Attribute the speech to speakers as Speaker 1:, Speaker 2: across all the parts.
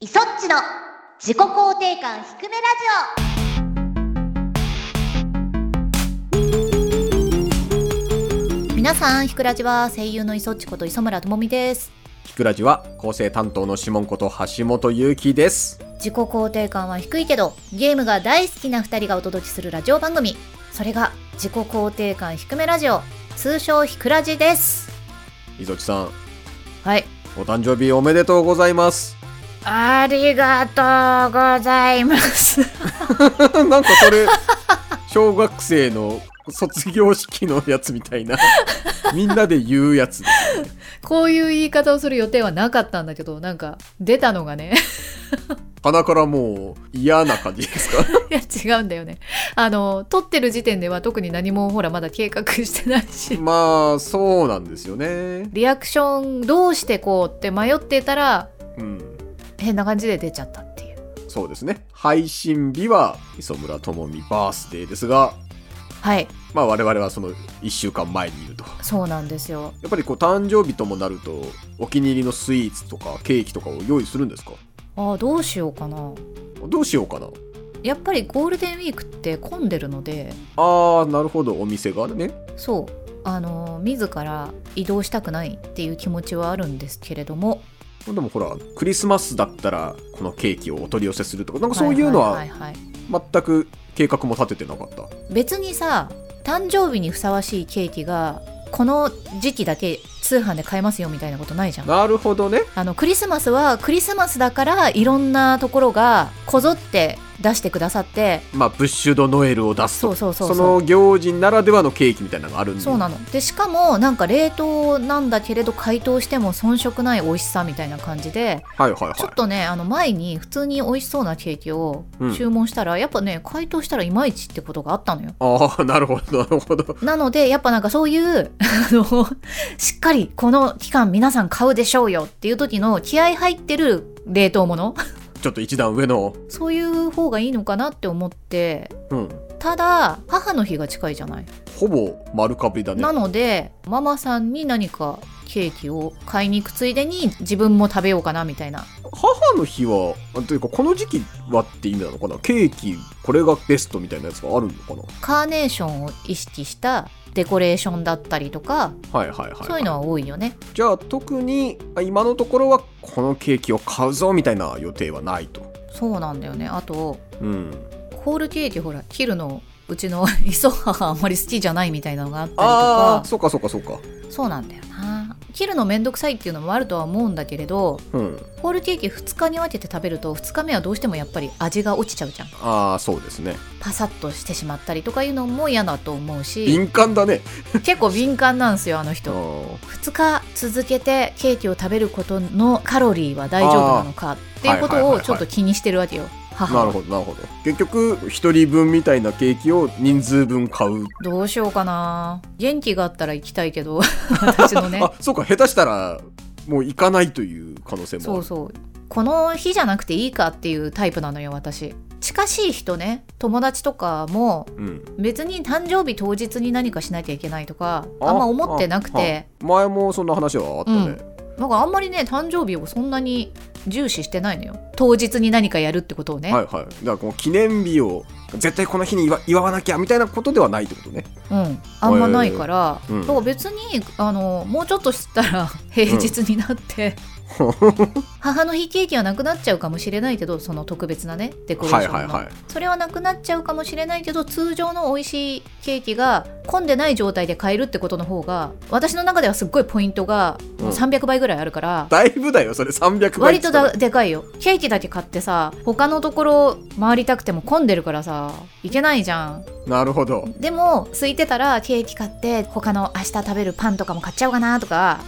Speaker 1: イソッチの自己肯定感低めラジ
Speaker 2: 皆さんひくらじは声優の磯っちこと磯村智美です
Speaker 3: ひくらじは構成担当のシモンこと橋本ゆうきです。
Speaker 2: 自己肯定感は低いけどゲームが大好きな2人がお届けするラジオ番組それが自己肯定感低めラジオ通称ひくらじです
Speaker 3: いぞちさん、
Speaker 2: はい
Speaker 3: お誕生日おめでとうございます。
Speaker 2: ありがとうございます
Speaker 3: なんかそれ、小学生の卒業式のやつみたいな、みんなで言うやつ。
Speaker 2: こういう言い方をする予定はなかったんだけどなんか出たのがね
Speaker 3: 鼻からもう嫌な感じです
Speaker 2: い
Speaker 3: か
Speaker 2: や違うんだよねあの撮ってる時点では特に何もほらまだ計画してないし
Speaker 3: まあ、そうなんですよね。
Speaker 2: リアクションどうしてこうって迷ってたら
Speaker 3: うん。
Speaker 2: 変な感じで出ちゃったっていう
Speaker 3: そうですね。配信日は磯村智美バースデーですが、
Speaker 2: はい
Speaker 3: まあ我々はその1週間前にいると。
Speaker 2: そうなんですよ
Speaker 3: やっぱりこう誕生日ともなるとお気に入りのスイーツとかケーキとかを用意するんですか
Speaker 2: ああどうしようかな
Speaker 3: どうしようかな
Speaker 2: やっぱりゴールデンウィークって混んでるので
Speaker 3: あーなるほどお店がね
Speaker 2: そうあの自ら移動したくないっていう気持ちはあるんですけれども
Speaker 3: でもほらクリスマスだったらこのケーキをお取り寄せするとかなんかそういうの
Speaker 2: は
Speaker 3: は
Speaker 2: は
Speaker 3: い
Speaker 2: いはいはい
Speaker 3: 全く計画も立ててなかった、
Speaker 2: 別にさ誕生日にふさわしいケーキがこの時期だけ通販で買えますよみたいなことないじゃん
Speaker 3: なるほどね
Speaker 2: あのクリスマスはクリスマスだからいろんなところがこぞって出してくださって
Speaker 3: まあブッシュドノエルを出す
Speaker 2: そ
Speaker 3: と
Speaker 2: うそうそうう
Speaker 3: の行事ならではのケーキみたいなのがあるんで
Speaker 2: そうなのでしかもなんか冷凍なんだけれど解凍しても遜色ない美味しさみたいな感じで
Speaker 3: はいはい
Speaker 2: ちょっ
Speaker 3: は
Speaker 2: とねあの前に普通に美味しそうなケーキを
Speaker 3: うん
Speaker 2: 注文したら、やっぱね解凍したらいまいちってことがあったのよ
Speaker 3: いああなるほどなるほど
Speaker 2: なのでやっぱなんかそういうあのしっかりこの期間皆さん買うでしょうよっていう時の気合入ってる冷凍もの
Speaker 3: ちょっと一段上の
Speaker 2: そういう方がいいのかなって思って
Speaker 3: うん
Speaker 2: ただ母の日が近いじゃない
Speaker 3: ほぼ丸かぶりだね
Speaker 2: なのでママさんに何かケーキを買いに行くついでに自分も食べようかなみたいな
Speaker 3: 母の日はあというかこの時期はって意味なのかなケーキこれがベストみたいなやつがあるのかな
Speaker 2: カーネーションを意識したデコレーションだったりとか
Speaker 3: はいはいはい、は
Speaker 2: そういうのは多いよね
Speaker 3: じゃあ特にあ今のところはこのケーキを買うぞみたいな予定はないと
Speaker 2: そうなんだよねあと
Speaker 3: うん
Speaker 2: ホールケーキほら切るのうちの 磯母あんまり好きじゃないみたいなのがあったりと
Speaker 3: ああ
Speaker 2: か
Speaker 3: そうかそうかそうか
Speaker 2: そうなんだよな切るのめんどくさいっていうのもあるとは思うんだけれど
Speaker 3: うん
Speaker 2: ホールケーキ2日に分けて食べると2日目はどうしてもやっぱり味が落ちちゃうじゃん
Speaker 3: ああそうですね
Speaker 2: パサッとしてしまったりとかいうのも嫌だと思うし
Speaker 3: 敏感だね
Speaker 2: 結構敏感なんですよあの人
Speaker 3: あ
Speaker 2: 2日続けてケーキを食べることのカロリーは大丈夫なのかっていうこ
Speaker 3: はい
Speaker 2: と
Speaker 3: はいはい
Speaker 2: を
Speaker 3: はい
Speaker 2: ちょっと気にしてるわけよ
Speaker 3: ーな
Speaker 2: 母
Speaker 3: る
Speaker 2: は
Speaker 3: ほどなるほど結局1人分みたいなケーキを人数分買う、
Speaker 2: どうしようかな元気があったら行きたいけ ど私のね
Speaker 3: あそうか下手したらもう行かないという可能性もある
Speaker 2: そうそうこの日じゃなくていいかっていうタイプなのよ私近しい人ね友達とかも
Speaker 3: うん、
Speaker 2: 別に誕生日当日に何かしなきゃいけないとか
Speaker 3: あ
Speaker 2: あんま思ってなくて
Speaker 3: 前もそんな話はあったね、
Speaker 2: うんなんかあんまりね誕生日をそんなに重視してないのよ当日に何かやるってことをね、
Speaker 3: はいはい、だからこの記念日を絶対この日に祝祝わなきゃみたいなことではないってことね
Speaker 2: うん、あんまないから、
Speaker 3: えーうん
Speaker 2: だから別にあのもうちょっとしたら平日にな って、母の日ケーキはなくなっちゃうかもしれないけどその特別なねデコレー
Speaker 3: は
Speaker 2: シ
Speaker 3: い
Speaker 2: ョンの、
Speaker 3: はいはい
Speaker 2: それはなくなっちゃうかもしれないけど通常の美味しいケーキが混んでない状態で買えるってことの方が私の中ではすっごいポイントがもう
Speaker 3: うん
Speaker 2: 300倍ぐらいあるから。
Speaker 3: だいぶだよそれ300倍
Speaker 2: 割
Speaker 3: っつ
Speaker 2: と
Speaker 3: ったら
Speaker 2: だでかいよケーキだけ買ってさ他のところ回りたくても混んでるからさ行けないじゃん
Speaker 3: なるほど
Speaker 2: でも空いてたらケーキ買って他の明日食べるパンとかも買っちゃおうかなとか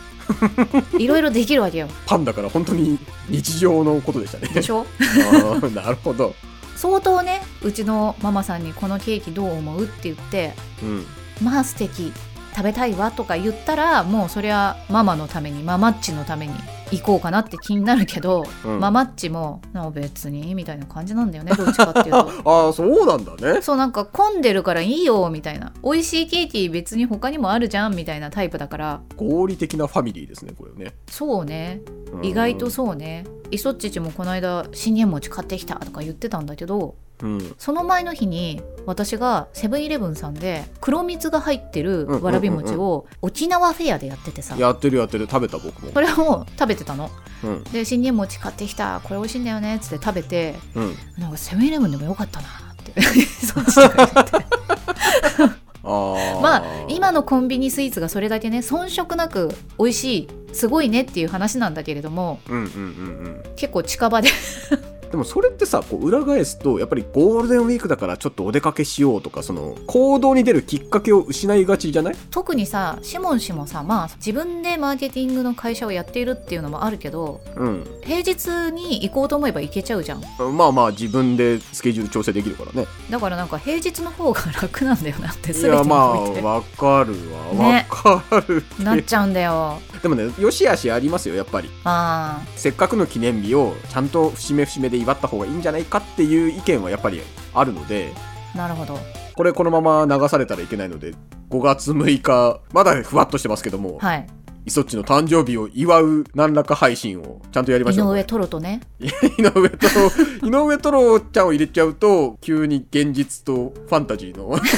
Speaker 2: いろいろできるわけよ
Speaker 3: パンだから本当に日常のことでしたね
Speaker 2: でしょ
Speaker 3: あーなるほど、
Speaker 2: 相当ねうちのママさんに「このケーキどう思う?」って言って
Speaker 3: うん、
Speaker 2: 「まあ素敵食べたいわ」とか言ったらもうそりゃママのためにママっちのために行こうかなって気になるけど、
Speaker 3: うん
Speaker 2: ママッチもな別にみたいな感じなんだよねどっちかっていうと
Speaker 3: ああそうなんだね
Speaker 2: そうなんか混んでるからいいよみたいな美味しいケーキ別に他にもあるじゃんみたいなタイプだから
Speaker 3: 合理的なファミリーですねこれね、
Speaker 2: そうね
Speaker 3: うん
Speaker 2: 意外とそうねイソッチチもこの間信玄餅買ってきたとか言ってたんだけど
Speaker 3: うん
Speaker 2: その前の日に私がセブンイレブンさんで黒蜜が入ってるわらび餅を沖縄フェアでやっててさ
Speaker 3: やってるやってる食べた僕も
Speaker 2: これを食べてたの
Speaker 3: うん
Speaker 2: で信玄餅買ってきたこれ美味しいんだよねっつって食べて
Speaker 3: うん
Speaker 2: なんかセブンイレブンでもよかったなって そうして
Speaker 3: ああ
Speaker 2: まあ今のコンビニスイーツがそれだけね遜色なく美味しいすごいねっていう話なんだけれども
Speaker 3: うんうんうんうん
Speaker 2: 結構近場で
Speaker 3: でもそれってさこう裏返すとやっぱりゴールデンウィークだからちょっとお出かけしようとかその行動に出るきっかけを失いがちじゃない
Speaker 2: 特にさシモン氏もさまあ自分でマーケティングの会社をやっているっていうのもあるけど
Speaker 3: うん
Speaker 2: 平日に行こうと思えば行けちゃうじゃん
Speaker 3: まあまあ自分でスケジュール調整できるからね
Speaker 2: だからなんか平日の方が楽なんだよなって
Speaker 3: い
Speaker 2: 全て
Speaker 3: や
Speaker 2: に
Speaker 3: まあ
Speaker 2: おいて、
Speaker 3: わかるわわ
Speaker 2: ね
Speaker 3: かる、
Speaker 2: なっちゃうんだよ
Speaker 3: でもねよしあしありますよやっぱり
Speaker 2: あー
Speaker 3: せっかくの記念日をちゃんと節目節目で祝った方がいいんじゃないかっていう意見はやっぱりあるので
Speaker 2: なるほど
Speaker 3: これこのまま流されたらいけないので5月6日まだふわっとしてますけども、
Speaker 2: はい
Speaker 3: いそっちの誕生日を祝う何らか配信をちゃんとやりま
Speaker 2: 井
Speaker 3: しょう
Speaker 2: 上トロとね
Speaker 3: 井上と井上とろちゃんを入れちゃうと急に現実とファンタジーの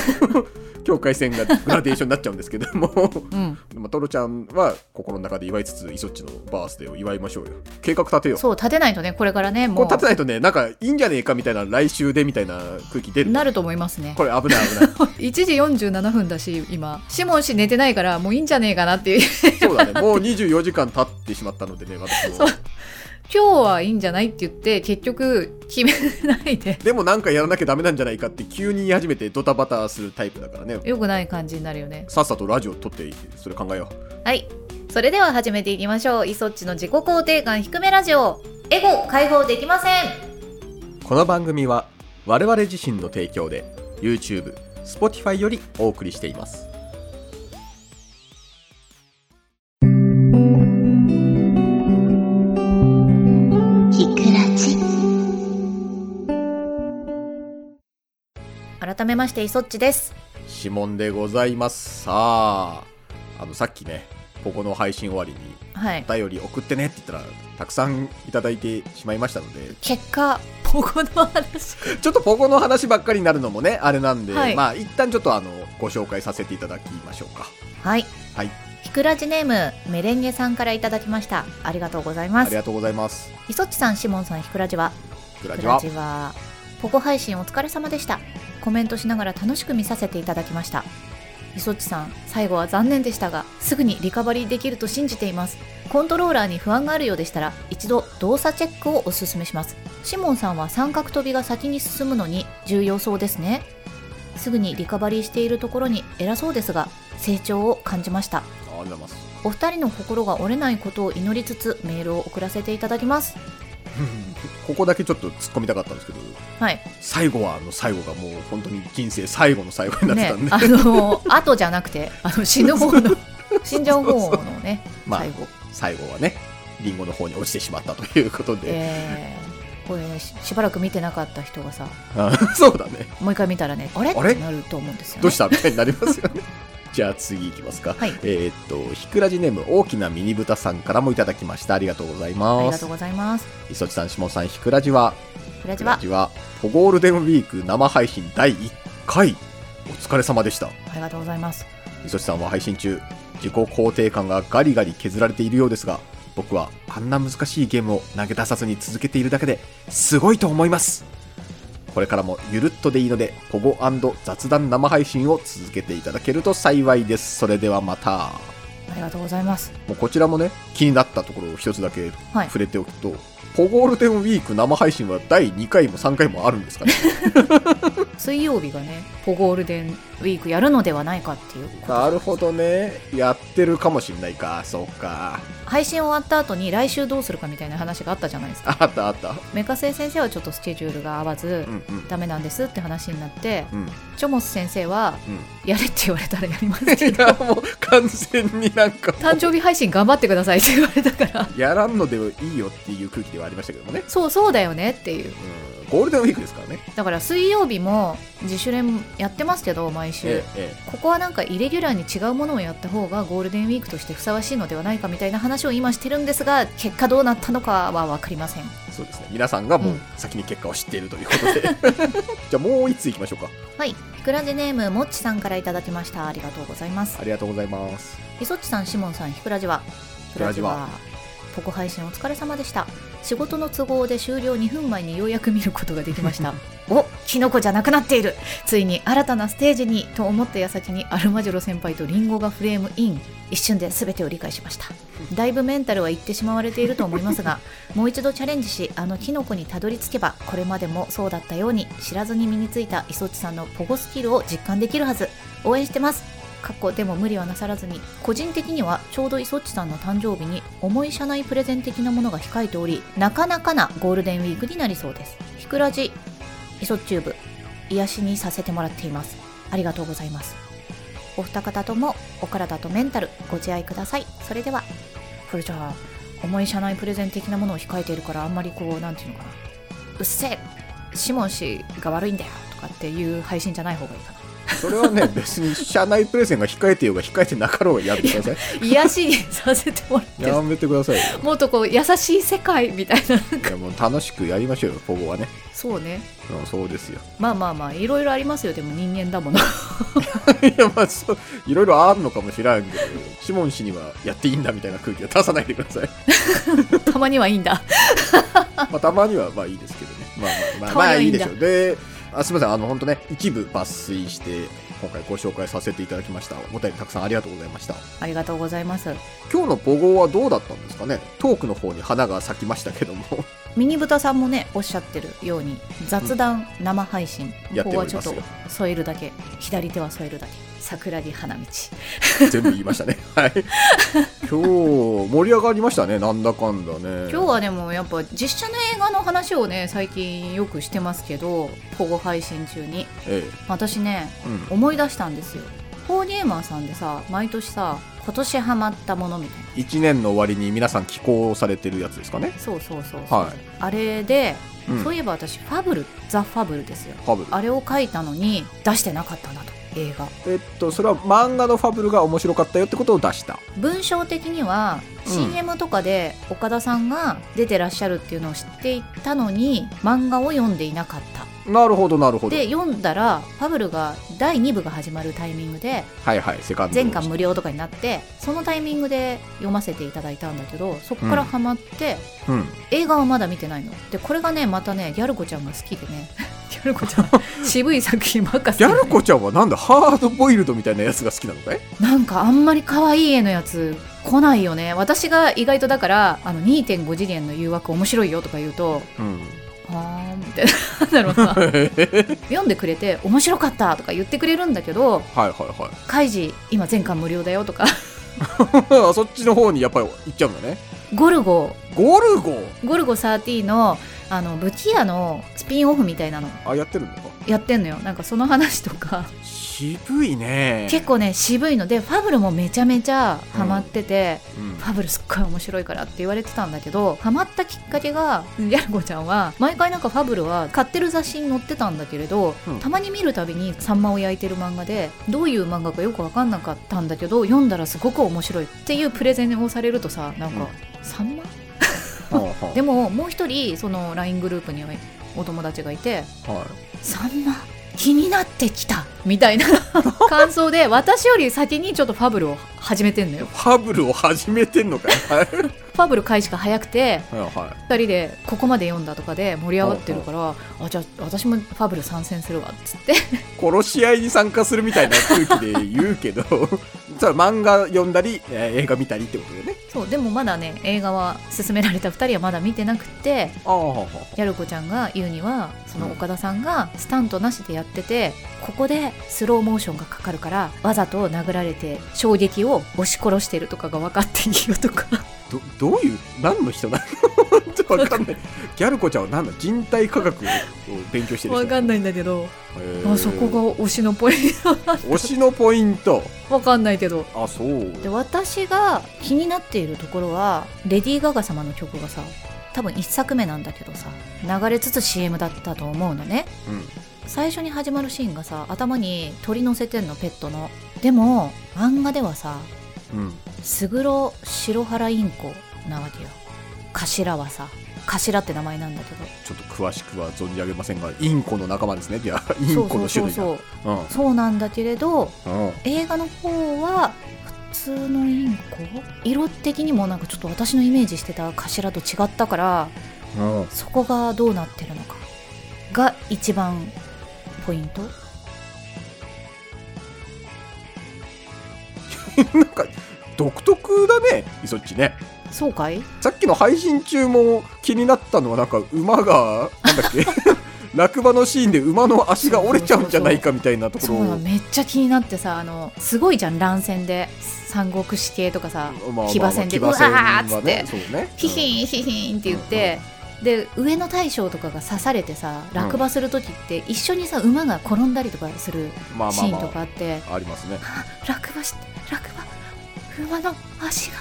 Speaker 3: 境界線がグラデーションになっちゃうんですけども
Speaker 2: うん
Speaker 3: まあトロちゃんは心の中で祝いつついそっちのバースデーを祝いましょうよ計画立てよう
Speaker 2: そう立てないとねこれからね
Speaker 3: こ
Speaker 2: も
Speaker 3: れ立て
Speaker 2: う
Speaker 3: ないとねなんかいいんじゃねえかみたいな来週でみたいな空気出る
Speaker 2: なると思いますね
Speaker 3: これ危ない危ない
Speaker 2: 1時47分だし今シモン氏寝てないからもういいんじゃねえかなっていう
Speaker 3: そうだねもう24時間経ってしまったのでね私も
Speaker 2: 今日はいいんじゃないって言って結局決めないで
Speaker 3: でもなんかやらなきゃダメなんじゃないかって急に言い始めてドタバタするタイプだからね
Speaker 2: よくない感じになるよね
Speaker 3: さっさとラジオ撮ってそれ考えよ
Speaker 2: はいそれでは始めていきましょうイソッチの自己肯定感低めラジオエゴ解放できません
Speaker 3: うこの番組は我々自身の提供で YouTube、Spotify よりお送りしています
Speaker 1: ひくらじ
Speaker 2: 改めましてイソッチです
Speaker 3: 指紋でございますさああのさっきねここの配信終わりに
Speaker 2: はい
Speaker 3: お便り送ってねって言ったらたくさんいただいてしまいましたので
Speaker 2: 結果ポコの話
Speaker 3: ちょっとここの話ばっかりになるのもねあれなんで、
Speaker 2: はい
Speaker 3: まあ一旦ちょっとあのご紹介させていただきましょうか
Speaker 2: はい
Speaker 3: はい
Speaker 2: ひくらじネームメレンゲさんからいただきましたありがとうござい
Speaker 3: あ
Speaker 2: ま
Speaker 3: り
Speaker 2: す
Speaker 3: がとうございます
Speaker 2: イソッチさんシモンさんひくらじは
Speaker 3: グラ
Speaker 2: ブ
Speaker 3: ジ
Speaker 2: ラ
Speaker 3: は
Speaker 2: ジはポコ配信お疲れ様でしたコメントしながら楽しく見させていただきました磯地さん最後は残念でしたがすぐにリカバリーできると信じていますコントローラーに不安があるようでしたら一度動作チェックをおすすめしますシモンさんは三角飛びが先に進むのに重要そうですねすぐにリカバリーしているところに偉そうですが成長を感じました
Speaker 3: ありがとうございます
Speaker 2: お二人の心が折れないことを祈りつつメールを送らせていただきます
Speaker 3: ここだけちょっと突っ込みたかったんですけど
Speaker 2: はい
Speaker 3: 最後はあの最後がもう本当に人生最後の最後になってたんで、
Speaker 2: ね、あの後じゃなくてあの死ぬ方の死んじゃう方のね
Speaker 3: まあ
Speaker 2: 最後、
Speaker 3: 最後はねリンゴの方に落ちてしまったということで、
Speaker 2: えーこれねししばらく見てなかった人がさ
Speaker 3: あそうだね
Speaker 2: もう一回見たらねあれ
Speaker 3: あれ
Speaker 2: ってなると思うんですよ、ね、
Speaker 3: どうしたみたいになります よねじゃあ次いきますか、
Speaker 2: はい
Speaker 3: えーっとひくらじネーム大きなミニブタさんからもいただきましたありがとうござい
Speaker 2: あり
Speaker 3: ま
Speaker 2: が
Speaker 3: す
Speaker 2: とうございます
Speaker 3: 磯地さん、下さん、ひくらじは、
Speaker 2: フラ
Speaker 3: ひ
Speaker 2: ジは
Speaker 3: ポゴールデンウィーク生配信第1回、お疲れ様でした。
Speaker 2: ありがとうございます
Speaker 3: 磯地さんは配信中、自己肯定感がガリガリ削られているようですが、僕はあんな難しいゲームを投げ出さずに続けているだけですごいと思います。これからもゆるっとでいいので、ポゴ雑談生配信を続けていただけると幸いです。それではまた。
Speaker 2: ありがとうございます
Speaker 3: もうこちらもね、気になったところを一つだけ
Speaker 2: はい
Speaker 3: 触れておくと、ポゴールデンウィーク生配信は第2回も3回もあるんですかね。
Speaker 2: 水曜日がねポゴールデンウィークやるのではないかっていうこと
Speaker 3: なるほどねやってるかもしんないかそっか
Speaker 2: 配信終わった後に来週どうするかみたいな話があったじゃないですか
Speaker 3: あったあった
Speaker 2: メカセイ先生はちょっとスケジュールが合わず、
Speaker 3: うんうん
Speaker 2: ダメなんですって話になって
Speaker 3: うん
Speaker 2: チョモス先生は
Speaker 3: うん
Speaker 2: やれって言われたらやりますけ
Speaker 3: い
Speaker 2: ど
Speaker 3: やもう完全になんかもう
Speaker 2: 誕生日配信頑張ってくださいって言われたから
Speaker 3: やらんのでいいよっていう空気ではありましたけどもね
Speaker 2: そうそうだよねっていう
Speaker 3: うんゴールデンウィークですからね
Speaker 2: だから水曜日も自主練やってますけど毎週、
Speaker 3: ええ
Speaker 2: ここはなんかイレギュラーに違うものをやった方がゴールデンウィークとしてふさわしいのではないかみたいな話を今してるんですが結果どうなったのかは分かりません
Speaker 3: えそうですね皆さんがも
Speaker 2: う
Speaker 3: うん先に結果を知っているということで、 じゃあもう一ついきましょうか
Speaker 2: はいひくらじネームもっちさんからいただきましたありがとうございます
Speaker 3: ありがとうございます
Speaker 2: いそっちさんしもんさんひくらじはひ
Speaker 3: くらじは
Speaker 2: ポコ配信お疲れ様でした仕事の都合で終了2分前にようやく見ることができましたおキノコじゃなくなっているついに新たなステージにと思った矢先にアルマジロ先輩とリンゴがフレームイン一瞬で全てを理解しましただいぶメンタルは行ってしまわれていると思いますがもう一度チャレンジしあのキノコにたどり着けばこれまでもそうだったように知らずに身についた磯地さんのポゴスキルを実感できるはず応援してます過去でも無理はなさらずに個人的にはちょうど磯地さんの誕生日に重い社内プレゼン的なものが控えておりなかなかなゴールデンウィークになりそうですひくらじ磯チューブ癒しにさせてもらっていますありがとうございますお二方ともお体とメンタルご自愛くださいそれではこれじゃあ重い社内プレゼン的なものを控えているからあんまりこうなんていうのかなうっせえシモン氏が悪いんだよとかっていう配信じゃない方がいいかな
Speaker 3: それはね別に社内プレゼンが控えてようが控えてなかろうがやってくだ さい
Speaker 2: 癒しにさせてもらって
Speaker 3: やめてくださいよ
Speaker 2: もっとこう優しい世界みたいない
Speaker 3: やもう楽しくやりましょうよポゴはね、
Speaker 2: そうね
Speaker 3: うん、そうですよ
Speaker 2: まあまあまあいろいろありますよでも人間だもの
Speaker 3: いやまあそういろいろあんのかもしらんけどシモン氏にはやっていいんだみたいな空気は出さないでください
Speaker 2: たまにはいいんだ
Speaker 3: まあ、たまにはまあいいですけどね。まあまあまあ、
Speaker 2: た
Speaker 3: ま
Speaker 2: まに
Speaker 3: あ
Speaker 2: はい
Speaker 3: い
Speaker 2: いん
Speaker 3: で
Speaker 2: だ
Speaker 3: しょう。で、あすみません、あの、本当ね、一部抜粋して、今回ご紹介させていただきました。お便りたくさんありがとうございました。
Speaker 2: ありがとうございます
Speaker 3: 今日のポゴはどうだったんですかねトークの方に花が咲きましたけ ども。
Speaker 2: ミニブタさんもねおっしゃってるように雑談生配信、
Speaker 3: やっ
Speaker 2: ここ
Speaker 3: てお
Speaker 2: は
Speaker 3: り
Speaker 2: ちょ
Speaker 3: ま
Speaker 2: っ
Speaker 3: すよ
Speaker 2: と添えるだけ左手は添えるだけ桜木花道
Speaker 3: 全部言いましたね。はい。今日、盛り上がりましたね。なんだかんだね。
Speaker 2: 今日はでもやっぱ実写の映画の話をね最近よくしてますけど保護配信中に
Speaker 3: え
Speaker 2: 私ね
Speaker 3: え。うん。
Speaker 2: 思い出したんですよフォーゲーマーさんでさ毎年さ今年ハマったものみたいな
Speaker 3: 一年の終わりに皆さん寄稿されてるやつですかね。
Speaker 2: そうそうそうそう、
Speaker 3: はい。
Speaker 2: あれで、
Speaker 3: うん
Speaker 2: そういえば私ファブルザ・ファブルですよ
Speaker 3: ファブル。
Speaker 2: あれを書いたのに出してなかったなと映画
Speaker 3: えっと、それは漫画のファブルが面白かったよってことを出した。
Speaker 2: 文章的には
Speaker 3: うん
Speaker 2: CM とかで岡田さんが出てらっしゃるっていうのを知っていたのに漫画を読んでいなかった
Speaker 3: なるほど、なるほど。
Speaker 2: で読んだらファブルが第2部が始まるタイミングで
Speaker 3: はいはい、セカンド
Speaker 2: 全巻無料とかになってそのタイミングで読ませていただいたんだけどそこからハマって、
Speaker 3: うん。
Speaker 2: 映画はまだ見てないのでこれがねまたねギャル子ちゃんが好きでね ギャル子ちゃん 渋い作品ばっか好き
Speaker 3: ギ
Speaker 2: な
Speaker 3: ャ
Speaker 2: の
Speaker 3: ル子ちゃんはなんだハードボイルドみたいなやつが好きなのかい
Speaker 2: なんかあんまり可愛い絵のやつ来ないよね私が意外とだからあの2.5次元の誘惑面白いよとか言うと
Speaker 3: うん。
Speaker 2: あーみたいななんだろうな 読んでくれて面白かったとか言ってくれるんだけど
Speaker 3: はいは
Speaker 2: 「カイジ今全巻無料だよ」とか
Speaker 3: いはい。 そっちの方にやっぱり行っちゃうんだね。
Speaker 2: 「ゴルゴ
Speaker 3: ゴルゴ
Speaker 2: ゴルゴ13の」あの武器屋のスピンオフみたいなの
Speaker 3: あ、やってるのか。
Speaker 2: やってんのよなんかその話とか
Speaker 3: 渋いね。
Speaker 2: 結構ね渋いのでファブルもめちゃめちゃハマってて、
Speaker 3: うん
Speaker 2: ファブルすっごい面白いからって言われてたんだけどハマったきっかけがギャル子ちゃんは毎回なんかファブルは買ってる雑誌に載ってたんだけれど、
Speaker 3: うん
Speaker 2: たまに見るたびにサンマを焼いてる漫画でどういう漫画かよく分かんなかったんだけど読んだらすごく面白いっていうプレゼンをされるとさなんか、サンマ
Speaker 3: はあはあ
Speaker 2: でももう一人その LINE グループにはお友達がいて
Speaker 3: は
Speaker 2: 「サンマ気になってきた」みたいな 感想で私より先にちょっとファブルを始めてんのよ
Speaker 3: ファブルを始めてんのかよはい
Speaker 2: ファブル開始が早くて
Speaker 3: は
Speaker 2: 2人でここまで読んだとかで盛り上がってるからあじゃあ私もファブル参戦するわっつって
Speaker 3: い殺し合いに参加するみたいな空気で言うけど それは漫画読んだり、えー映画見たりってことだよね
Speaker 2: そうでもまだね映画は勧められた2人はまだ見てなくて
Speaker 3: ああは
Speaker 2: やる子ちゃんが言うにはその岡田さんがスタントなしでやっててここでスローモーションがかかるからわざと殴られて衝撃を押し殺してるとかが分かっていいよとか
Speaker 3: どどういう何の 人なのちょっとわかんないギャル子ちゃんは何だ人体科学を勉強してる人
Speaker 2: 分かんないんだけど
Speaker 3: へー
Speaker 2: あそこが推しのポイント
Speaker 3: 推しのポイント
Speaker 2: 分かんないけど
Speaker 3: あそう
Speaker 2: で私が気になっているところはレディー・ガガ様の曲がさ多分1作目なんだけどさ流れつつ CM だったと思うのね
Speaker 3: うん
Speaker 2: 最初に始まるシーンがさ頭に鳥乗せてんのペットのでも漫画ではさ
Speaker 3: うん
Speaker 2: スグロシロハラインコなわけよ頭はさ頭って名前なんだけど
Speaker 3: ちょっと詳しくは存じ上げませんがインコの仲間ですねじゃあインコの種
Speaker 2: そ
Speaker 3: 類が
Speaker 2: うそうそうそうそうなんだけれど
Speaker 3: うんうん
Speaker 2: 映画の方は普通のインコ色的にもなんかちょっと私のイメージしてた頭と違ったから
Speaker 3: うん
Speaker 2: そこがどうなってるのかが一番ポイント
Speaker 3: なんか独特だねいそっちね
Speaker 2: そうかい
Speaker 3: さっきの配信中も気になったのはなんか馬がなんだっけ 落馬のシーンで馬の足が折れちゃうんじゃないかみたいなとこ
Speaker 2: そ
Speaker 3: ろ
Speaker 2: うな
Speaker 3: を
Speaker 2: のめっちゃ気になってさあのすごいじゃん乱戦で三国志系とかさ
Speaker 3: まあまあまあ
Speaker 2: 騎馬戦で
Speaker 3: 騎馬戦
Speaker 2: うわーっつ
Speaker 3: は
Speaker 2: っ
Speaker 3: ね
Speaker 2: て
Speaker 3: そうね
Speaker 2: ヒヒンヒヒンって言って、で上の大将とかが刺されてさ落馬する時って一緒にさ馬が転んだりとかする
Speaker 3: うんまあ
Speaker 2: シ
Speaker 3: まあ
Speaker 2: ーンとか
Speaker 3: ま
Speaker 2: あって、
Speaker 3: あありますね
Speaker 2: 落馬し落馬馬の足が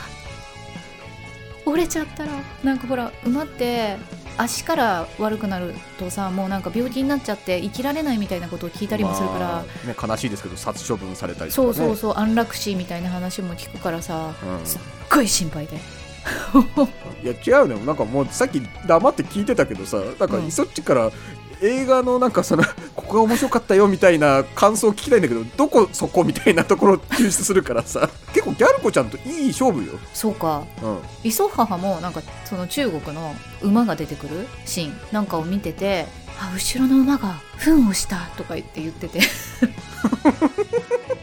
Speaker 2: 折れちゃったらなんかほら馬って足から悪くなるとさもうなんか病気になっちゃって生きられないみたいなことを聞いたりもするから、
Speaker 3: まあね悲しいですけど殺処分されたりとか
Speaker 2: そ
Speaker 3: ね
Speaker 2: うそうそう安楽死みたいな話も聞くからさ
Speaker 3: うん
Speaker 2: すっごい心配で
Speaker 3: いや違うのよなんかもうさっき黙って聞いてたけどさなんか
Speaker 2: うん
Speaker 3: いそっちから映画のなんかそのここが面白かったよみたいな感想を聞きたいんだけどどこそこみたいなところを抽出するからさ結構ギャル子ちゃんといい勝負よ、
Speaker 2: そうか
Speaker 3: うん、
Speaker 2: 磯母もなんかその中国の馬が出てくるシーンなんかを見てて「あ後ろの馬が糞をした」とか言って言って て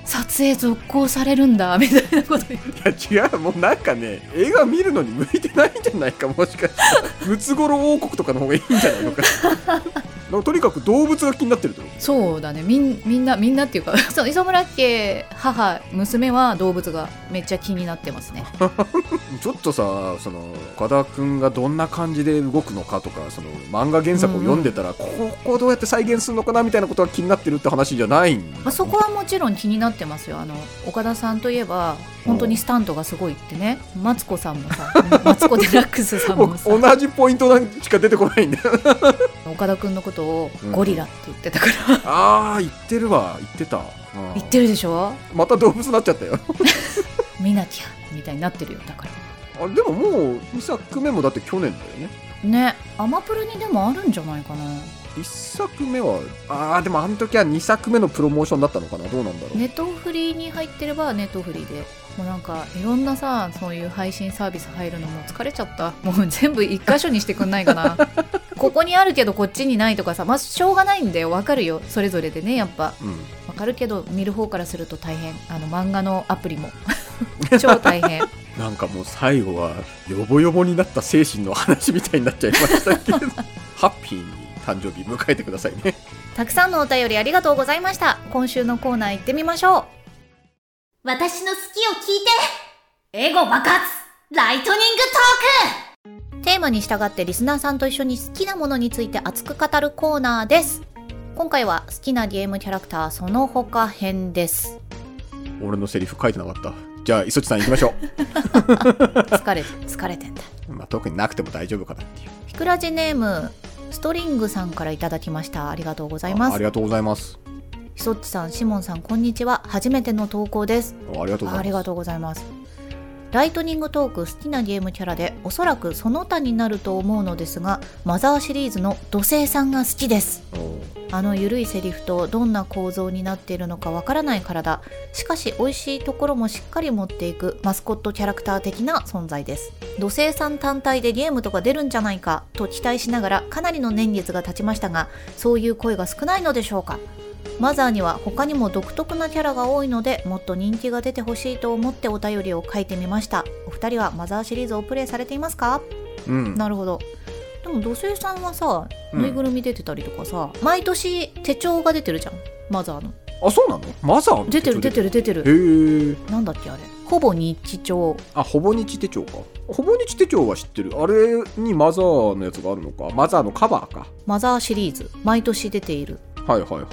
Speaker 2: 撮影続行されるんだみたいなこと言って
Speaker 3: いや違うもうなんかね映画見るのに向いてないんじゃないかもしかしてムツゴロウ王国とかの方がいいんじゃないのかなんかとにかく動物が気になってるってこと
Speaker 2: そうだねみんみんなみんなっていうか そう磯村家母娘は動物がめっちゃ気になってますね
Speaker 3: ちょっとさその岡田君がどんな感じで動くのかとかその漫画原作を読んでたら、ここをどうやって再現するのかなみたいなことが気になってるって話じゃないんだ
Speaker 2: あそこはもちろん気になってますよあの岡田さんといえば本当にスタントがすごいってねマツコさんも さマツコ・デラックスさんもさ
Speaker 3: 僕同じポイントなんしか出てこないん だよ
Speaker 2: 岡田君のことを
Speaker 3: うん
Speaker 2: ゴリラって言ってたから、
Speaker 3: ああ言ってるわ言ってた、うん
Speaker 2: 言ってるでしょ
Speaker 3: また動物になっちゃったよ
Speaker 2: 見なきゃみたいになってるよだから
Speaker 3: あでももう2作目もだって去年だよね
Speaker 2: ねアマプラにでもあるんじゃないかな
Speaker 3: 1作目はああでもあの時は2作目のプロモーションだったのかなどうなんだろう、
Speaker 2: ネットフリーに入ってればネットフリーでもうなんかいろんなさそういう配信サービス入るのもう疲れちゃったもう全部一箇所にしてくんないか なここにあるけどこっちにないとかさまあしょうがないんだよわかるよそれぞれでねやっぱ
Speaker 3: うん
Speaker 2: わかるけど見る方からすると大変あの漫画のアプリ も超大変
Speaker 3: なんかもう最後はヨボヨボになった精神の話みたいになっちゃいましたけ どハッピーに誕生日迎えてくださいね
Speaker 2: たくさんのお便りありがとうございました今週のコーナー行ってみましょう
Speaker 1: 私の好きを聞いてエゴ爆発ライトニング
Speaker 2: テーマに従ってリスナーさんと一緒に好きなものについて熱く語るコーナーです今回は好きなゲームキャラクターその他編です
Speaker 3: 俺のセリフ書いてなかったじゃあ磯地さん行きましょ
Speaker 2: 疲れて疲れてんだ
Speaker 3: うまあ特になくても大丈夫かなっていう
Speaker 2: ひくらじネームストリングさんからいただきましたありがとうございま
Speaker 3: ああ
Speaker 2: す
Speaker 3: りがとうございます
Speaker 2: ひそっちさんしもんさんこんにちは初めての投稿です
Speaker 3: あありがとうございます
Speaker 2: ありがとうございますライトニングトーク好きなゲームキャラでおそらくその他になると思うのですがマザーシリーズの土星さんが好きです
Speaker 3: お
Speaker 2: あの緩いセリフとどんな構造になっているのかわからない体しかし美味しいところもしっかり持っていくマスコットキャラクター的な存在です土星さん単体でゲームとか出るんじゃないかと期待しながらかなりの年月が経ちましたがそういう声が少ないのでしょうかマザーには他にも独特なキャラが多いのでもっと人気が出てほしいと思ってお便りを書いてみましたお二人はマザーシリーズをプレイされていますか
Speaker 3: うん
Speaker 2: なるほどでも土星さんはさ
Speaker 3: うん
Speaker 2: ぬいぐるみ出てたりとかさ、毎年手帳が出てるじゃんマザーの
Speaker 3: あそうなのマザーの
Speaker 2: 出てる出て
Speaker 3: る
Speaker 2: る出てる
Speaker 3: へえ
Speaker 2: なんだっけあれほぼ日帳
Speaker 3: あほぼ日手帳かほぼ日手帳は知ってるあれにマザーのやつがあるのかマザーのカバーか
Speaker 2: マザーシリーズ毎年出ている
Speaker 3: はいはいはいはい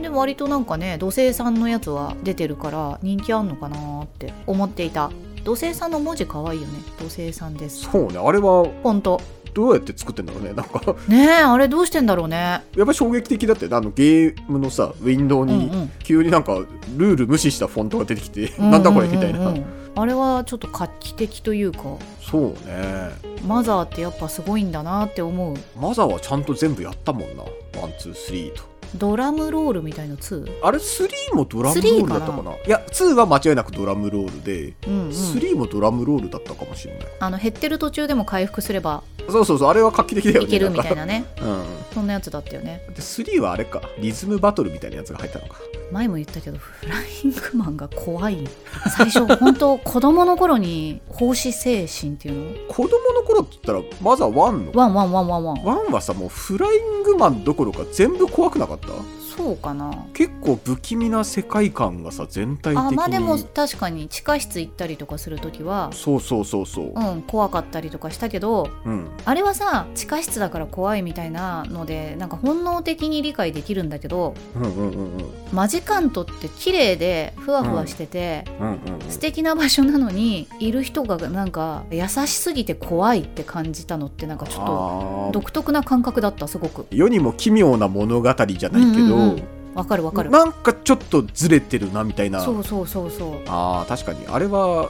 Speaker 2: で割となんかね土星さんのやつは出てるから人気あんのかなーって思っていた土星さんの文字可愛いよね土星さんです
Speaker 3: そうねあれは
Speaker 2: 本当
Speaker 3: どうやって作ってんだろうねなんか
Speaker 2: ねえあれどうしてんだろうね
Speaker 3: やっぱ衝撃的だってあのゲームのさウィンドウ
Speaker 2: うん
Speaker 3: に
Speaker 2: うん
Speaker 3: 急になんかルール無視したフォントが出てきて、なんだこれみたいな、
Speaker 2: うんうんうんあれはちょっと画期的というか
Speaker 3: そうね
Speaker 2: マザーってやっぱすごいんだなって思う
Speaker 3: マザーはちゃんと全部やったもんなワンツースリーと
Speaker 2: ドラムロールみたいな 2?
Speaker 3: あれ3もドラムロールだったかな
Speaker 2: スリー
Speaker 3: いや2は間違いなくドラムロールで、
Speaker 2: うん、うん、
Speaker 3: 3もドラムロールだったかもしれない
Speaker 2: あの減ってる途中でも回復すれば
Speaker 3: そうそうそうあれは画期的だよね
Speaker 2: いけるみたい
Speaker 3: んか
Speaker 2: なね
Speaker 3: うん
Speaker 2: そんなやつだったよね
Speaker 3: で3はあれかリズムバトルみたいなやつが入ったのか
Speaker 2: 前も言ったけどフライングマンが怖い最初本当子供の頃に奉仕精神っていうの
Speaker 3: 子供の頃って言ったらマザー1の
Speaker 2: ワンワンワンワンワン
Speaker 3: 1はさもうフライングマンどころか全部怖くなかった
Speaker 2: そうかな
Speaker 3: 結構不気味な世界観がさ全体的に
Speaker 2: あまあでも確かに地下室行ったりとかする時は
Speaker 3: そうそうそうそう
Speaker 2: うん怖かったりとかしたけど
Speaker 3: うん
Speaker 2: あれはさ地下室だから怖いみたいなのでなんか本能的に理解できるんだけど
Speaker 3: うんうんうんうんうん
Speaker 2: マジカントって綺麗でふわふわしてて、
Speaker 3: うんうん
Speaker 2: 素敵な場所なのにいる人がなんか優しすぎて怖いって感じたのってなんかちょっと
Speaker 3: あー
Speaker 2: 独特な感覚だったすごく
Speaker 3: 世にも奇妙な物語じゃないけど、
Speaker 2: うんうんうんわかるわかる
Speaker 3: なんかちょっとずれてるなみたいな
Speaker 2: そうそうそうそう
Speaker 3: あー確かにあれは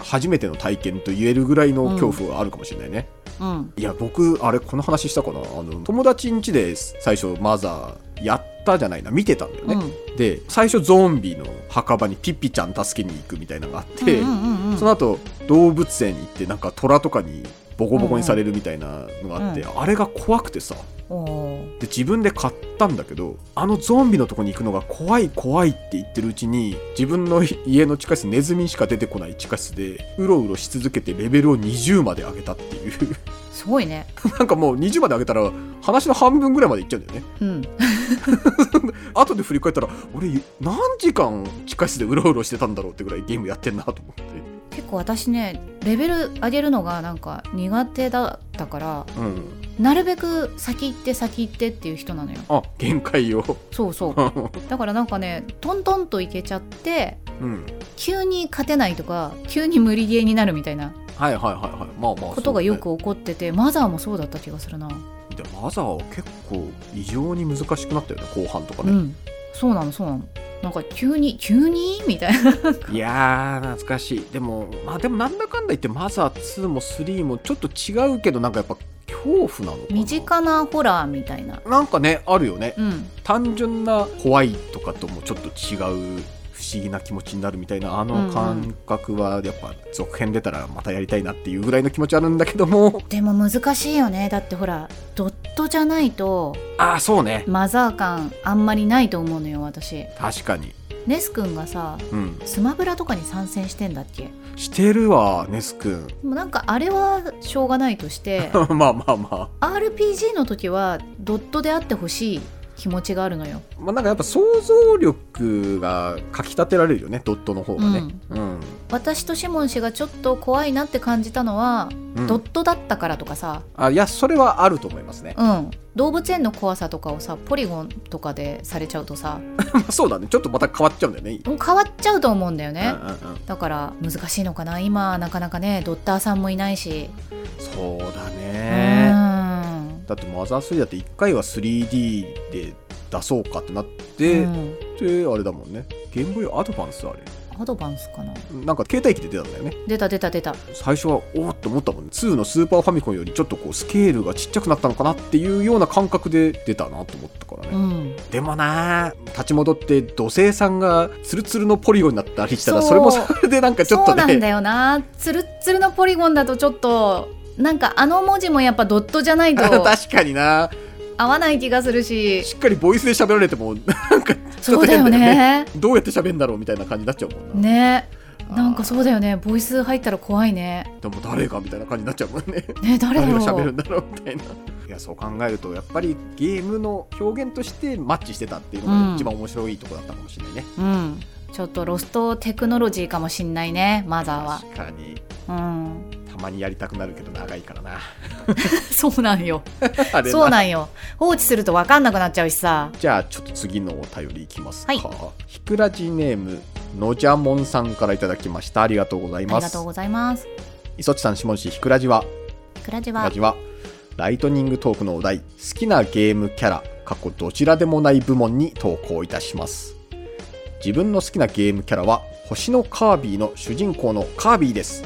Speaker 3: 初めての体験と言えるぐらいの恐怖はあるかもしれないね、
Speaker 2: うん
Speaker 3: いや僕あれこの話したかなあの友達ん家で最初マザーやったじゃないな見てたんだよ
Speaker 2: う
Speaker 3: ね、
Speaker 2: ん
Speaker 3: で最初ゾンビの墓場にピッピちゃん助けに行くみたいなのがあって、
Speaker 2: うんうんうん
Speaker 3: その後動物園に行ってなんか虎とかにボコボコにされるみたいなのがあって、
Speaker 2: う
Speaker 3: あれが怖くてさ
Speaker 2: おー
Speaker 3: で自分で買ったんだけどあのゾンビのとこに行くのが怖い怖いって言ってるうちに自分の家の地下室ネズミしか出てこない地下室でうろうろし続けてレベルを20まで上げたっていう
Speaker 2: すごいね
Speaker 3: なんかもう20まで上げたら話の半分ぐらいまでいっちゃうんだよね
Speaker 2: うん
Speaker 3: 後で振り返ったら俺何時間地下室でうろうろしてたんだろうってぐらいゲームやってんなと思って
Speaker 2: 結構私ねレベル上げるのがなんか苦手だったから
Speaker 3: うん
Speaker 2: なるべく先行って先行ってっていう人なのよ
Speaker 3: あ限界よ
Speaker 2: そうそう だからなんかねトントンといけちゃって
Speaker 3: うん
Speaker 2: 急に勝てないとか急に無理ゲーになるみたいな
Speaker 3: はいはいはいはいまあまあ
Speaker 2: ことがよ
Speaker 3: そう
Speaker 2: く起こってて、マザーもそうだった気がするな、
Speaker 3: ねでマザーは結構異常に難しくなったよね後半とか
Speaker 2: う
Speaker 3: ね、
Speaker 2: んそうなのそうなのなんか急に急にみたいな
Speaker 3: いやー懐かしいでもまあでもなんだかんだ言ってマザー2も3もちょっと違うけどなんかやっぱ恐怖なのかな
Speaker 2: 身近なホラーみたいな
Speaker 3: なんかねあるよね
Speaker 2: うん
Speaker 3: 単純な怖いとかともちょっと違う不思議な気持ちになるみたいなあの感覚はやっぱ続編出たらまたやりたいなっていうぐらいの気持ちあるんだけども
Speaker 2: でも難しいよねだってほらドットじゃないと
Speaker 3: ああそうね
Speaker 2: マザー感あんまりないと思うのよ私
Speaker 3: 確かに
Speaker 2: ネス君がさ
Speaker 3: うん
Speaker 2: スマブラとかに参戦してんだっけで
Speaker 3: してるわネスくん
Speaker 2: もなんかあれはしょうがないとして
Speaker 3: まあまあま
Speaker 2: RPG の時はドットであってほしい気持ちがあるのよ
Speaker 3: あまあなんかやっぱ想像力がかきたてられるよねドットの方がねうん、
Speaker 2: 私とシモン氏がちょっと怖いなって感じたのは、
Speaker 3: うん
Speaker 2: ドットだったからとかさ、
Speaker 3: あいやそれはあると思いますね
Speaker 2: うん、動物園の怖さとかをさポリゴンとかでされちゃうとさ
Speaker 3: そうだねちょっとまた変わっちゃうんだよね
Speaker 2: もう変わっちゃうと思うんだよね、
Speaker 3: うんうんうん、
Speaker 2: だから難しいのかな今なかなかねドッターさんもいないし、
Speaker 3: そうだ
Speaker 2: う
Speaker 3: ね
Speaker 2: ーん
Speaker 3: だってマザー3だって1回は 3D で出そうかってなって、
Speaker 2: うん
Speaker 3: であれだもんねゲームボーイアドバンスあれ
Speaker 2: アドバンスかな
Speaker 3: なんか携帯機で出たんだよね
Speaker 2: 出た出た出た
Speaker 3: 最初はおーっと思ったもんね2のスーパーファミコンよりちょっとこうスケールがちっちゃくなったのかなっていうような感覚で出たなと思ったから
Speaker 2: う
Speaker 3: ね、
Speaker 2: ん
Speaker 3: でもなー立ち戻って土星さんがツルツルのポリゴンになったりしたら
Speaker 2: そう
Speaker 3: それもそれでなん かちょっ
Speaker 2: そう
Speaker 3: と
Speaker 2: なん
Speaker 3: ね
Speaker 2: だよなつるつるのポリゴンだとちょっとなんかあの文字もやっぱドットじゃないと
Speaker 3: 確かにな
Speaker 2: 合わない気がするし
Speaker 3: しっかりボイスで喋られても なんかちょ
Speaker 2: そ
Speaker 3: っと
Speaker 2: うだ
Speaker 3: 変
Speaker 2: よ
Speaker 3: だよね
Speaker 2: ね
Speaker 3: どうやって喋るんだろうみたいな感じになっちゃうもんな
Speaker 2: ねなんか
Speaker 3: う
Speaker 2: そうだよねボイス入ったら怖いね
Speaker 3: でも誰がみたいな感じになっちゃうもんね
Speaker 2: ね誰だ
Speaker 3: 誰
Speaker 2: ろ
Speaker 3: が
Speaker 2: う
Speaker 3: 喋るんだろうみたいないやそう考えるとやっぱりゲームの表現としてマッチしてたっていうの
Speaker 2: うん
Speaker 3: が一番面白いとこだったかもしれないね、
Speaker 2: うんちょっとロストテクノロジーかもしんないねマザ
Speaker 3: 確かに
Speaker 2: ーはうん
Speaker 3: たまにやりたくなるけど長いからな
Speaker 2: そうなんよ
Speaker 3: あれ
Speaker 2: そうなんよ放置すると分かんなくなっちゃうしさ
Speaker 3: じゃあちょっと次のお便りいきますか、
Speaker 2: はい
Speaker 3: ひくらじネームのじゃもんさんからいただきましたありがとうござい
Speaker 2: あり
Speaker 3: ま
Speaker 2: が
Speaker 3: す
Speaker 2: とうございます
Speaker 3: 磯地さん下地ひくらじは
Speaker 2: くらじ
Speaker 3: ラ
Speaker 2: は
Speaker 3: ジはライトニングトークのお題好きなゲームキャラ過去どちらでもない部門に投稿いたします自分の好きなゲームキャラは星のカービィの主人公のカービィです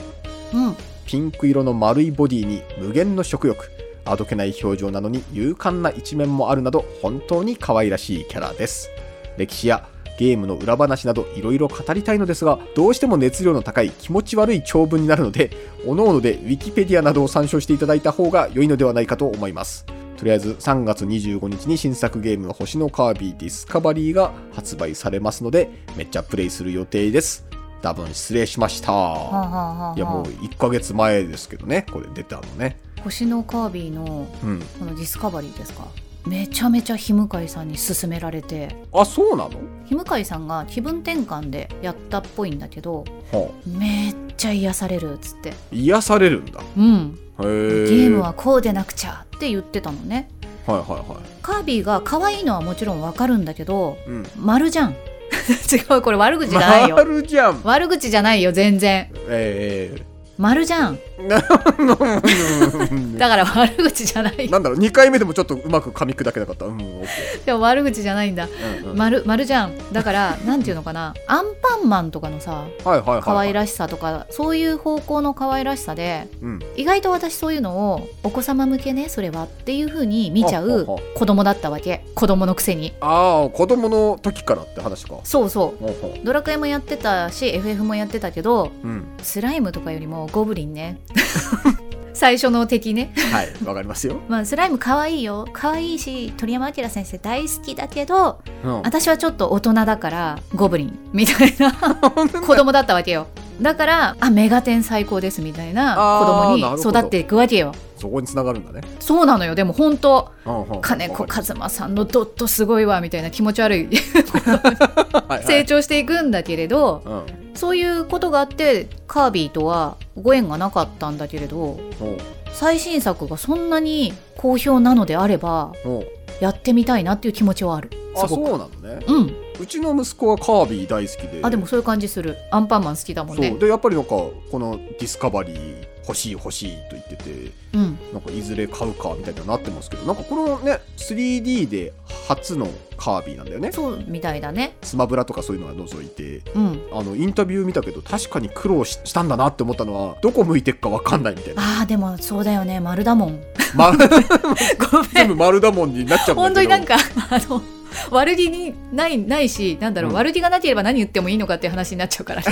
Speaker 2: うん
Speaker 3: ピンク色の丸いボディに無限の食欲あどけない表情なのに勇敢な一面もあるなど本当に可愛らしいキャラです歴史やゲームの裏話などいろいろ語りたいのですがどうしても熱量の高い気持ち悪い長文になるのでおのおので Wikipedia などを参照していただいた方が良いのではないかと思いますとりあえず3月25日に新作ゲーム「星のカービィディスカバリー」が発売されますのでめっちゃプレイする予定です多分失礼しました
Speaker 2: はあはあはあはい
Speaker 3: やもう1ヶ月前ですけどねこれ出たのね
Speaker 2: 星のカービィの
Speaker 3: うん
Speaker 2: このディスカバリーですかめちゃめちゃ日向井さんに勧められて
Speaker 3: あそうなの
Speaker 2: 日向井さんが気分転換でやったっぽいんだけど
Speaker 3: は
Speaker 2: めっちゃ癒されるっつって
Speaker 3: あ癒されるんだへ
Speaker 2: うん
Speaker 3: えゲ
Speaker 2: ゲームはこうでなくちゃって言ってたのね
Speaker 3: はいはいは
Speaker 2: カービィが可愛いのはもちろんわかるんだけど
Speaker 3: いうん
Speaker 2: 丸じゃん 違うこれ悪口じゃないよ
Speaker 3: るじゃん
Speaker 2: 悪口じゃないよ全然
Speaker 3: ええ
Speaker 2: 丸じゃん
Speaker 3: うん
Speaker 2: だから悪口じゃない
Speaker 3: なんだろう2回目でもちょっとうまく噛み砕けなかったうんオッ
Speaker 2: でも悪口じゃないんだ
Speaker 3: ケー、うんうん
Speaker 2: 丸丸じゃんだからなんていうのかなアンパンマンとかのさ
Speaker 3: はいはいはいはい
Speaker 2: 可愛
Speaker 3: い、
Speaker 2: らしさとかそういう方向の可愛らしさで
Speaker 3: うん、
Speaker 2: 意外と私そういうのをお子様向けねそれはっていう風に見ちゃ
Speaker 3: ほう
Speaker 2: う
Speaker 3: ほうほ
Speaker 2: 子供だったわけ子供のくせに
Speaker 3: ああ子供の時からって話か
Speaker 2: そうそう
Speaker 3: ほうほう
Speaker 2: ドラクエもやってたし FF もやってたけど
Speaker 3: うん
Speaker 2: スライムとかよりもゴブリンね 最初の敵ね
Speaker 3: はいわかりますよ、
Speaker 2: まあスライム可愛いよ可愛いし鳥山明先生大好きだけど
Speaker 3: うん、
Speaker 2: 私はちょっと大人だからゴブリンみたい な子供だったわけよだからあメガテン最高ですみたいな
Speaker 3: あー
Speaker 2: 子
Speaker 3: な
Speaker 2: 供
Speaker 3: る
Speaker 2: に
Speaker 3: ほど
Speaker 2: 育っていくわけよ
Speaker 3: そこに繋がるんだね、
Speaker 2: そうなのよでも本当
Speaker 3: うんうん、
Speaker 2: 金子
Speaker 3: わか
Speaker 2: 一馬さんのドットすごいわみたいな気持ち悪い
Speaker 3: りますはいは
Speaker 2: 成
Speaker 3: い
Speaker 2: 長していくんだけれど
Speaker 3: うん
Speaker 2: そういうことがあってカービィとはご縁がなかったんだけれど
Speaker 3: ほう
Speaker 2: 最新作がそんなに好評なのであれば
Speaker 3: ほう
Speaker 2: やってみたいなっていう気持ちはある
Speaker 3: あ
Speaker 2: す
Speaker 3: そ
Speaker 2: ごく
Speaker 3: うなのね
Speaker 2: うん
Speaker 3: うちの息子はカービィ大好きで
Speaker 2: あでもそういう感じするアンパンマン好きだもん
Speaker 3: そう
Speaker 2: ね
Speaker 3: でやっぱりなんかこのディスカバリー欲しい欲しいと言ってて
Speaker 2: うん
Speaker 3: なんかいずれ買うかみたいにはなってますけどなんかこのね 3D で初のカービィなんだよね
Speaker 2: そうみたいだね
Speaker 3: スマブラとかそういうのは除いて
Speaker 2: うん
Speaker 3: あのインタビュー見たけど確かに苦労ししたんだなって思ったのはどこ向いてっかわかんないみ たいな、
Speaker 2: あーでもそうだよね丸だも ん
Speaker 3: ま、
Speaker 2: ごめ
Speaker 3: 全
Speaker 2: ん
Speaker 3: 部丸だもんになっちゃうんだけ ど
Speaker 2: 本当になんかあの悪気にないないしなんだろう、
Speaker 3: うん
Speaker 2: 悪気がなければ何言ってもいいのかっていう話になっちゃうからね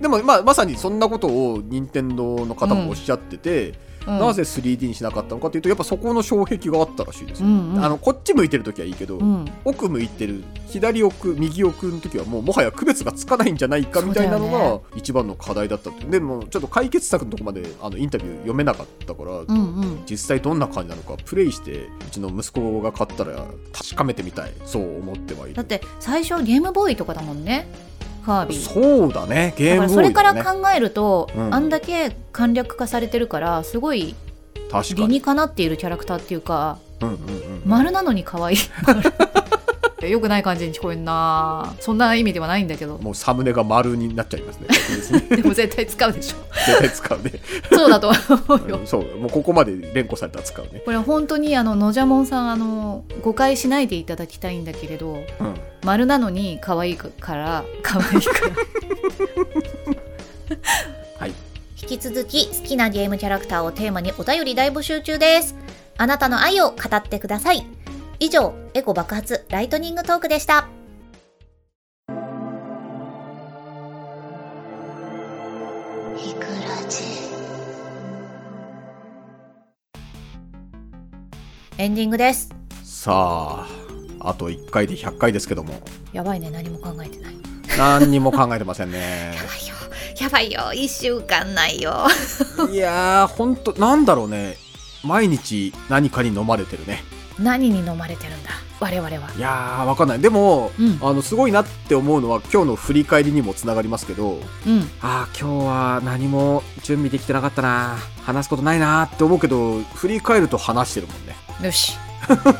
Speaker 3: でも、まあ、まさにそんなことを任天堂の方もおっしゃってて、
Speaker 2: うん
Speaker 3: なぜ 3D にしなかったのかというとやっぱそこの障壁があったらしいです
Speaker 2: う
Speaker 3: よ、
Speaker 2: んうん
Speaker 3: あのこっち向いてる時はいいけど、
Speaker 2: うん、
Speaker 3: 奥向いてる左奥右奥の時はもうもはや区別がつかないんじゃないかみたいなの
Speaker 2: そうだよ
Speaker 3: が一番の課題だったってでもちょっと解決策のとこまであのインタビュー読めなかったから、
Speaker 2: うんうん
Speaker 3: 実際どんな感じなのかプレイしてうちの息子が買ったら確かめてみたいそう思ってはいる
Speaker 2: だって最初ゲームボーイとかだもんねカービィ
Speaker 3: そうだね
Speaker 2: だ
Speaker 3: ゲー
Speaker 2: か
Speaker 3: ム
Speaker 2: ら
Speaker 3: ボ
Speaker 2: そ
Speaker 3: ー
Speaker 2: れ
Speaker 3: イ
Speaker 2: か
Speaker 3: だ、
Speaker 2: ら
Speaker 3: ね、
Speaker 2: 考えると、
Speaker 3: うん
Speaker 2: あんだけ簡略化されてるからすごい
Speaker 3: 確か
Speaker 2: 理
Speaker 3: に、
Speaker 2: にかなっているキャラクターっていうか
Speaker 3: うんうんうん、
Speaker 2: 丸なのに可 愛いよくない感じに聞こえんなそんな意味ではないんだけど
Speaker 3: もうサムネが丸になっちゃいますね確実に
Speaker 2: でも絶対使う でしょ
Speaker 3: 絶対使うね
Speaker 2: そうだと思うよ
Speaker 3: うんそうもうここまで連呼されたら使うね、
Speaker 2: これ本当にあののじゃもんさんあの誤解しないでいただきたいんだけれど
Speaker 3: うん
Speaker 2: 丸なのに可愛いから可愛いから
Speaker 3: はい。
Speaker 2: 引き続き好きなゲームキャラクターをテーマにお便り大募集中ですあなたの愛を語ってください以上エコ爆発ライトニングトークでした
Speaker 1: ひくらじ。
Speaker 2: エンディングです
Speaker 3: さあ、あと1回で100回ですけども、
Speaker 2: やばいね何も考えてない
Speaker 3: 何にも考えてませんね。
Speaker 2: やばいよ1週間ないよ
Speaker 3: いやー、ほんと、なんだろうね。毎日何かに飲まれてるね。
Speaker 2: 何に飲まれてるんだ我々はい
Speaker 3: やー、わかんない。でも、
Speaker 2: うん
Speaker 3: あの、すごいなって思うのは、今日の振り返りにもつながりますけど、
Speaker 2: うん
Speaker 3: あー、今日は何も準備できてなかったな。話すことないなーって思うけど、振り返ると話してるもんね。
Speaker 2: よし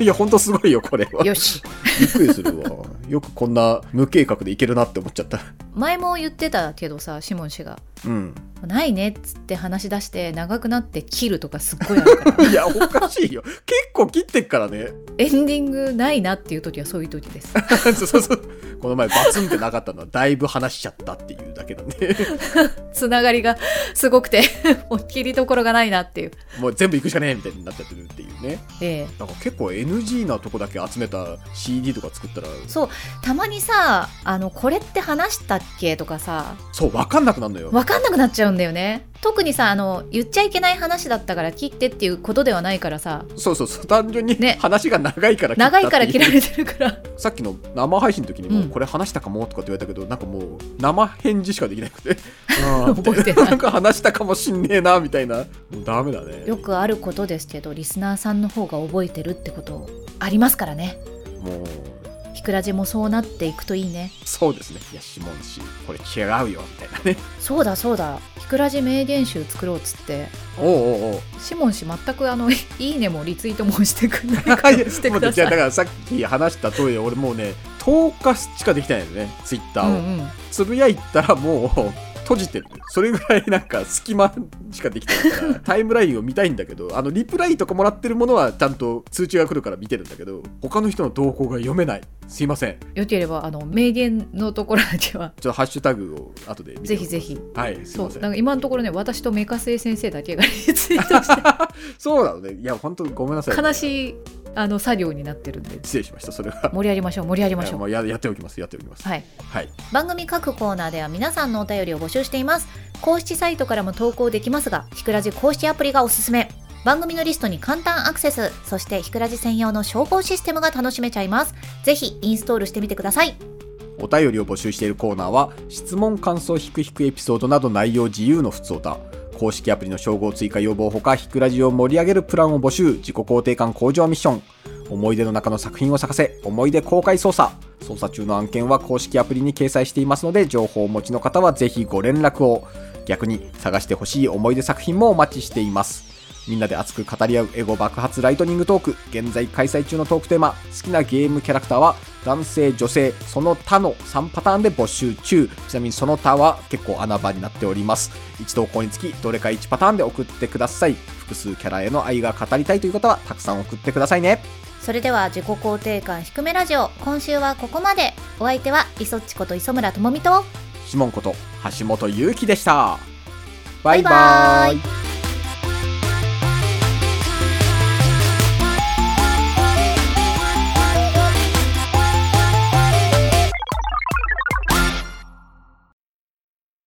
Speaker 3: いや、ほんとすごいよ、これは。
Speaker 2: よし
Speaker 3: びっくりするわ。よくこんな無計画でいけるなって思っちゃった。
Speaker 2: 前も言ってたけどさシモン氏が
Speaker 3: うん。
Speaker 2: 「ないね」っつって話し出して長くなって切るとかすっごいある から
Speaker 3: いや、おかしいよ。結構切ってっからね。
Speaker 2: エンディングないなっていう時はそういう時です
Speaker 3: そうそうそう。この前バツンってなかったのは、だいぶ話しちゃったっていうだけなんで。
Speaker 2: つながりがすごくて もう切りどころがないなっていう
Speaker 3: もう全部行くしかねえみたいになっちゃってるっていうね。
Speaker 2: ええ
Speaker 3: なんか結構 NG なとこだけ集めた CD とか作ったら、
Speaker 2: たまにさあのこれって話したっけとかさ
Speaker 3: そう、わかんなくなるのよ。
Speaker 2: 分かんなくなっちゃうんだよね特にさあの言っちゃいけない話だったから切ってっていうことではないからさ
Speaker 3: そうそうそう。単純に
Speaker 2: ね
Speaker 3: 話が長いから切ったって
Speaker 2: 長
Speaker 3: いう
Speaker 2: いから切られてるから
Speaker 3: さっきの生配信の時にも、
Speaker 2: うん
Speaker 3: これ話したかもとかって言われたけど、なんかもう生返事しかできなくて。あ ー
Speaker 2: 覚えてない
Speaker 3: なんか話したかもしんねえな、みたいな。もうダメだね。
Speaker 2: よくあることですけどリスナーさんの方が覚えてるってことありますからね
Speaker 3: もう、
Speaker 2: ひくらじもそうなっていくといいね
Speaker 3: そうですね。いや、シモン氏、これ違うよ、みたいなね。
Speaker 2: そうだそうだひくらじ名言集作ろうっつって
Speaker 3: おう おうおう。
Speaker 2: シモン氏全くあの いいねもリツイートもしてくれないか
Speaker 3: は
Speaker 2: ら
Speaker 3: い、
Speaker 2: してくだ
Speaker 3: じ
Speaker 2: さ
Speaker 3: ゃあだ
Speaker 2: い
Speaker 3: からさっき話した通り俺もうね10日しかできてないのねツイッタ
Speaker 2: う
Speaker 3: ーを、
Speaker 2: んうん
Speaker 3: つぶやいたらもう 閉じてるそれぐらいなんか隙間しかできてな いからタイムラインを見たいんだけどあのリプライとかもらってるものはちゃんと通知が来るから見てるんだけど他の人の動向が読めないすいませんちょ
Speaker 2: よければあの名言のところだけは
Speaker 3: っとハッシュタグを後で見て
Speaker 2: ぜひぜひ
Speaker 3: はいすい
Speaker 2: そ
Speaker 3: ま
Speaker 2: う
Speaker 3: せん
Speaker 2: な
Speaker 3: そ
Speaker 2: ん
Speaker 3: う
Speaker 2: か今のところね私とメカセイ先生だけがリツイ ートし
Speaker 3: なのねいや本当ごめんなさい
Speaker 2: て悲
Speaker 3: い
Speaker 2: しいあの作業になってるんで
Speaker 3: 失礼しましたそれは
Speaker 2: 盛り上げましょう盛り上げまし
Speaker 3: いや
Speaker 2: ょう
Speaker 3: もうややっておきますやっておきます
Speaker 2: はい
Speaker 3: はい
Speaker 2: 番組各コーナーでは皆さんのお便りを募集しています公式サイトからも投稿できますがひくらじ公式アプリがおすすめ番組のリストに簡単アクセスそしてひくらじ専用の消防システムが楽しめちゃいますぜひインストールしてみてください
Speaker 3: お便りを募集しているコーナーは質問感想ひくひくエピソードなど内容自由のふつおた公式アプリの称号追加要望ほかひくラジオを盛り上げるプランを募集自己肯定感向上ミッション思い出の中の作品を咲かせ思い出公開捜査捜査中の案件は公式アプリに掲載していますので情報をお持ちの方はぜひご連絡を逆に探してほしい思い出作品もお待ちしていますみんなで熱く語り合うエゴ爆発ライトニングトーク現在開催中のトークテーマ好きなゲームキャラクターは男性女性その他の3パターンで募集中ちなみにその他は結構穴場になっております一投稿につきどれか1パターンで送ってください複数キャラへの愛が語りたいという方はたくさん送ってくださいね
Speaker 2: それでは自己肯定感低めラジオ今週はここまでお相手は磯っちこと磯村智美と
Speaker 3: シモンこと橋本ゆうきでしたバイバ
Speaker 2: バイバー
Speaker 3: イ
Speaker 2: イ